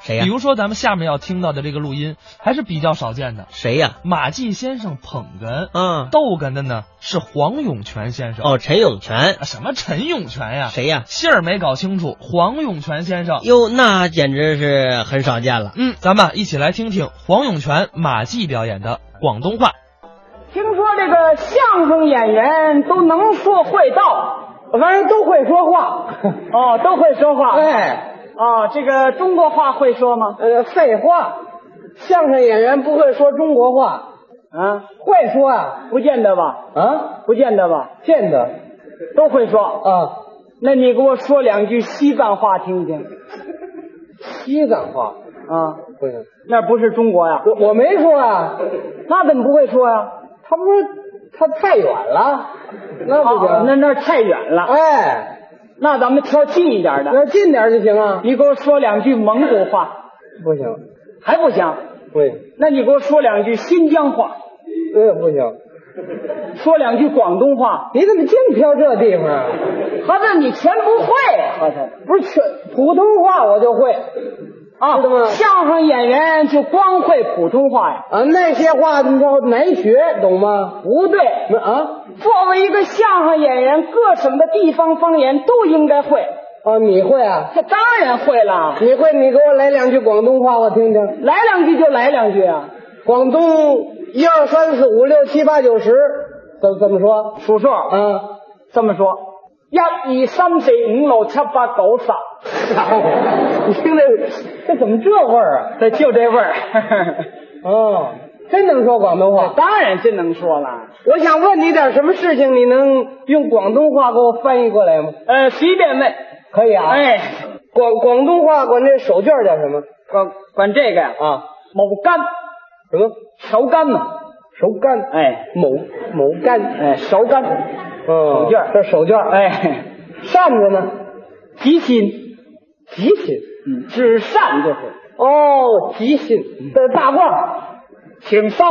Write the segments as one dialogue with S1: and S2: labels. S1: 谁哎呀
S2: 比如说咱们下面要听到的这个录音，还是比较少见的。
S1: 谁呀？
S2: 马季先生捧哏，
S1: 啊，
S2: 逗哏的呢是黄永泉先生。
S1: 哦，陈永泉
S2: 啊，，什么陈永泉呀？
S1: 谁呀？
S2: 姓儿没搞清楚，黄永泉先生。
S1: 哟，那简直是很少见了。
S2: 嗯，咱们一起来听听黄永泉、马季表演的广东话。
S3: 听说这个相声演员都能说会道，反正都会说 话。哦，都会说话。
S4: 哎，
S3: 哦，这个中国话会说吗？
S4: 呃，废话，相声演员不会说中国话，
S3: 啊，
S4: 会说啊
S3: 不见得吧，
S4: 啊，
S3: 不见得吧，
S4: 见得
S3: 都会说。
S4: 啊，
S3: 那你给我说两句西藏话听听。
S4: 西藏话
S3: 啊，
S4: 不行，
S3: 那不是中国呀、
S4: 我我没说啊，
S3: 那怎么不会说呀、
S4: 他不是他太远了，那不
S3: 哦
S4: 行，
S3: 那那儿太远了。
S4: 哎，
S3: 那咱们挑近一点的。
S4: 那近点儿就行啊，
S3: 你给我说两句蒙古话，
S4: 不行，
S3: 还不行？
S4: 不行，
S3: 那你给我说两句新疆话，
S4: 呃，不行，
S3: 说两句广东话。
S4: 你怎么净挑这地方啊？
S3: 合着你全不会
S4: 我操，不是全普通话我就会
S3: 啊
S4: 知道吗？
S3: 相声演员就光会普通话呀？
S4: 啊，那些话你知道难学，懂吗？
S3: 不对，
S4: 那啊
S3: 作为一个相声演员，各省的地方方言都应该会。
S4: 哦，你会啊？
S3: 这当然会了，
S4: 你会，你给我来两句广东话，我听听。
S3: 来两句就来两句啊！
S4: 广东一二三四五六七八九十，怎么怎么说？
S3: 数数，
S4: 啊，
S3: 这么说：嗯一、二、三、四、五、六、七、八、九、十。
S4: 你听这这怎么这味儿啊？
S3: 这就这 味儿，
S4: 哦，真能说广东话。
S3: 当然真能说了。
S4: 我想问你点什么事情，你能用广东话给我翻译过来吗？
S3: 呃，随便问。
S4: 可以啊。，
S3: 哎，
S4: 广广东话管这手绢儿叫什么？
S3: 管管这个呀，
S4: 啊，
S3: 某干
S4: 什么
S3: 熟干嘛？
S4: 手干？，
S3: 哎
S4: 某某干。
S3: 哎，熟干，
S4: 嗯，手
S3: 绢儿
S4: 这手绢儿。，
S3: 哎，
S4: 扇子呢？
S3: 吉心，
S4: 吉心。
S3: 嗯，纸扇就是。
S4: 哦，吉心。这大褂。
S3: 请上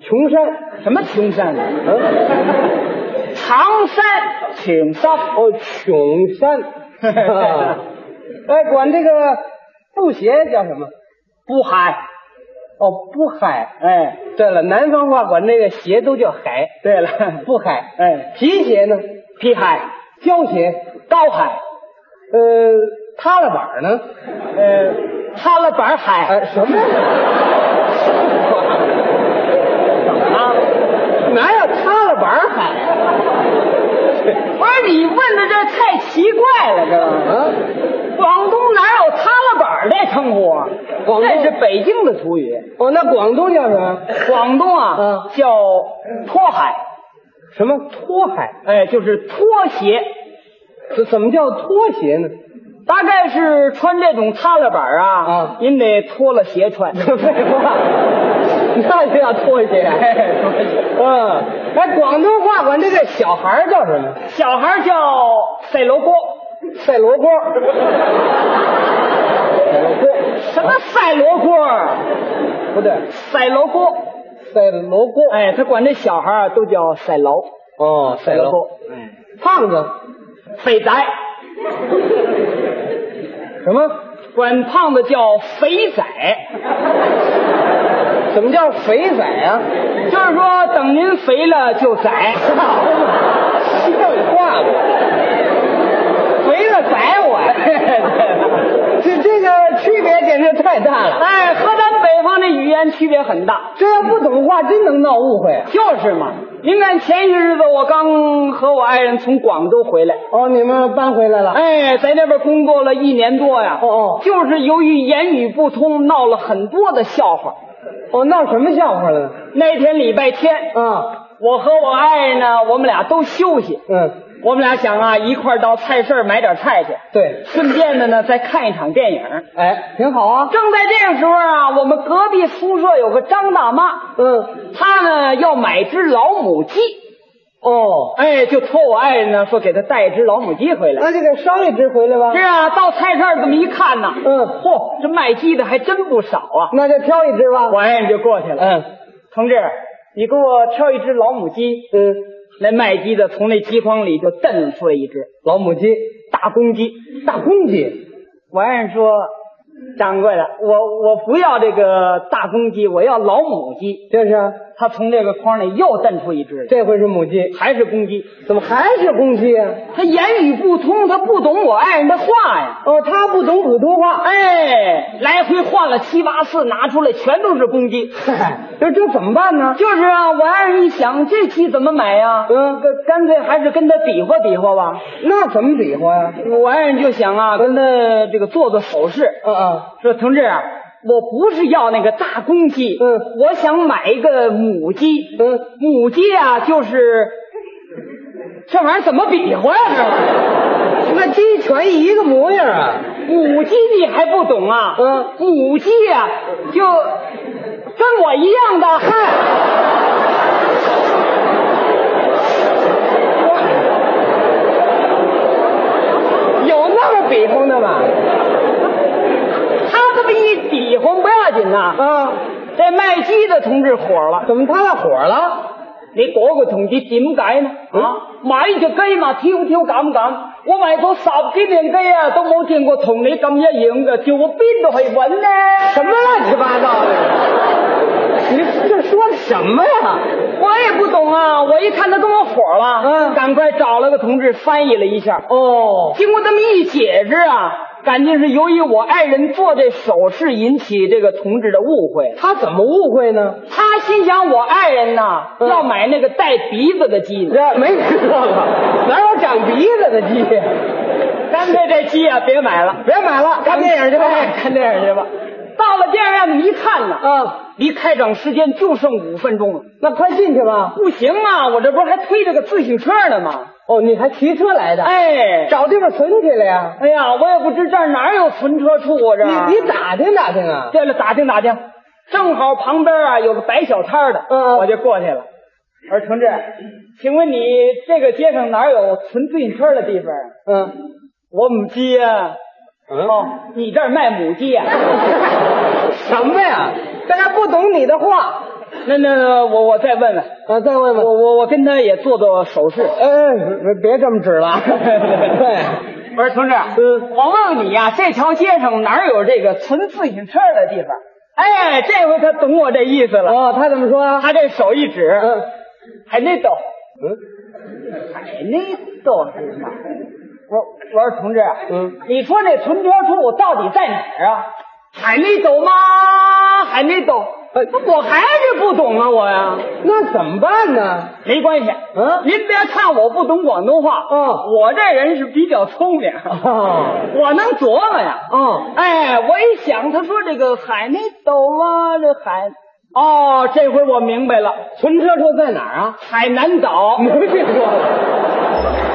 S4: 穷山，
S3: 什么穷山啊？
S4: 嗯，
S3: 唐山请上，
S4: 哦，穷 山，啊哎，管这个布鞋叫什么？
S3: 不海。
S4: 哦，布海。
S3: 哎，
S4: 对了，南方话管这个鞋都叫海，
S3: 对 了，
S4: 布海。
S3: 哎，
S4: 皮鞋呢？
S3: 皮海、
S4: 胶鞋，
S3: 高海、
S4: 呃，塌了板呢？
S3: 呃，哈拉板海
S4: 哎，什么？
S3: 啊。
S4: 哪有塌了板海呀？
S3: 不是你问的这太奇怪了，这
S4: 啊，
S3: 广东哪有塌拉板这称呼啊？
S4: 广东
S3: 这是北京的俗语，
S4: 哦，那广东叫什么？
S3: 广东啊、
S4: 嗯
S3: 叫拖海，
S4: 什么拖海？
S3: 哎，就是拖鞋。
S4: 怎怎么叫拖鞋呢？
S3: 大概是穿这种塌拉板啊，
S4: 啊
S3: 您得脱了鞋 穿。
S4: 废话，那就叫拖鞋。 嗯，哎，广东话管这个小孩儿叫什么？
S3: 小孩叫赛罗锅，
S4: 赛罗锅。赛罗锅
S3: 什么赛罗锅？
S4: 不对，
S3: 赛罗锅，
S4: 赛罗锅。
S3: 哎，他管这小孩啊都叫赛劳、
S4: 哦，赛罗锅。
S3: 嗯，
S4: 胖子，
S3: 肥仔，
S4: 什么？
S3: 管胖子叫肥仔，
S4: 怎么叫肥仔啊？
S3: 就是说等您肥了就 宰，
S4: 像话吗？
S3: 肥了宰我呀。
S4: 这这个区别简直太大了。
S3: 哎，和咱北方的语言区别很大，
S4: 这要不懂话，真能闹误会啊。
S3: 就是嘛。您看前些日子我刚和我爱人从广州回来。
S4: 哦，你们搬回来 了？
S3: 哎，在那边工作了一年多呀。
S4: 哦哦
S3: 就是由于言语不通，闹了很多的笑话。
S4: 哦，闹什么笑话了？
S3: 那天礼拜天，呃
S4: 啊，
S3: 我和我爱人呢，我们俩都休息。
S4: 嗯，
S3: 我们俩想啊，一块儿到菜市儿买点菜去，
S4: 对，
S3: 顺便的呢再看一场电影。
S4: 哎，挺好啊。
S3: 正在这个时候啊，我们隔壁宿舍有个张大妈，
S4: 嗯，
S3: 她呢要买只老母鸡，
S4: 哦，
S3: 哎，就托我爱人呢说给她带一只老母鸡回来。
S4: 那就给捎一只回来吧
S3: 是。啊，到菜市儿这么一看呐，
S4: 嗯
S3: 嚯，这卖鸡的还真不少啊。
S4: 那就挑一只吧。
S3: 我爱人就过去了，
S4: 嗯
S3: 同志，你给我挑一只老母鸡。
S4: 嗯，
S3: 那卖鸡的从那鸡筐里就瞪出来一只
S4: 老母鸡，
S3: 大公鸡。
S4: 大公鸡。
S3: 我爱人说：“掌柜的，我我不要这个大公鸡，我要老母鸡。
S4: 这是啊
S3: 他从这个筐里又蹬出一只来，
S4: 这回是母鸡，
S3: 还是公鸡。
S4: 怎么还是公鸡啊？
S3: 他言语不通，他不懂我爱人的话呀。
S4: 哦，它不懂普通话，
S3: 哎，来回换了七八次，拿出来全都是公鸡。
S4: 嗨，这这怎么办呢？
S3: 就是啊，我爱人一想，这鸡怎么买呀、
S4: 嗯
S3: 干干脆还是跟他比划比划吧。
S4: 那怎么比划呀、
S3: 嗯我爱人就想啊，跟他这个做做手势，
S4: 嗯嗯，
S3: 说同志啊，我不是要那个大公鸡，
S4: 嗯，
S3: 我想买一个母鸡，
S4: 嗯，
S3: 母鸡啊就是，这玩意儿怎么比划呀、这玩意儿
S4: 那鸡全一个模样啊。
S3: 母鸡你还不懂啊？
S4: 嗯，
S3: 母鸡啊就跟我一样的，嗨，
S4: 有那么比划的吗？
S3: 他这么一比划不要紧呐、
S4: 啊，
S3: 这卖鸡的同志火了。
S4: 怎么他俩火了？
S3: 你嗰個同志點解呢？
S4: 嗯
S3: 啊，買只雞嘛，挑挑揀揀，我買咗十幾年雞啊，都冇見過同你咁一樣嘅，叫我邊度去揾呢？
S4: 什么乱七八糟的？你这说的什么呀？
S3: 我也不懂啊！我一看他跟我火了，
S4: 嗯
S3: 赶快找了个同志翻译了一下。
S4: 哦，
S3: 经过这么一解释啊，感情是由于我爱人做这手势引起这个同志的误会。
S4: 他怎么误会呢？
S3: 他心想我爱人呐、
S4: 嗯
S3: 要买那个带鼻子的鸡呢，
S4: 这没吃过，哪有长鼻子的鸡？
S3: 干脆这鸡啊别买了。
S4: 别买了，看电影去吧，
S3: 看电影去吧。嗯到了电影院，你一看呢，
S4: 啊，
S3: 离开场时间就剩五分钟了。
S4: 那快进去吧。
S3: 不行啊，我这不是还推着个自行车呢吗？
S4: 哦，你还骑车来的？，
S3: 哎，
S4: 找地方存起来呀、
S3: 哎呀，我也不知这儿哪有存车处啊，这儿
S4: 你你打听打听啊。
S3: 对了，打听打听，正好旁边啊有个摆小摊儿的，
S4: 嗯
S3: 我就过去了。我说同志，请问你这个街上哪有存自行车的地方啊？
S4: 嗯，
S3: 我母鸡呀、哦，你这儿卖母鸡啊 呀、
S4: 什么呀？大家不懂你的话。
S3: 那那那我我再问问，
S4: 啊，再问问
S3: 我。我我跟他也做做手势。
S4: 哎，别这么指了。 对，
S3: 我说同志，
S4: 嗯
S3: 我问问你呀、这条街上哪有这个存自行车的地方？哎，这回他懂我这意思了。
S4: 哦，他怎么说啊？
S3: 他这手一指，
S4: 嗯
S3: 海内斗，
S4: 嗯
S3: 海内斗是吗？我我说同志，啊
S4: 嗯，
S3: 你说这存车处到底在哪儿啊？海内斗吗？海内斗，
S4: 哎
S3: 我还是不懂啊，我呀。
S4: 那怎么办呢？
S3: 没关系，
S4: 嗯
S3: 您别看我不懂广东话，
S4: 哦
S3: 我这人是比较聪明，
S4: 哦
S3: 我能琢磨呀。
S4: 哦，
S3: 哎，我一想，他说这个海那斗吗？这海，哦，这回我明白了，
S4: 存车处在哪儿啊？
S3: 海南岛。
S4: 没听说过。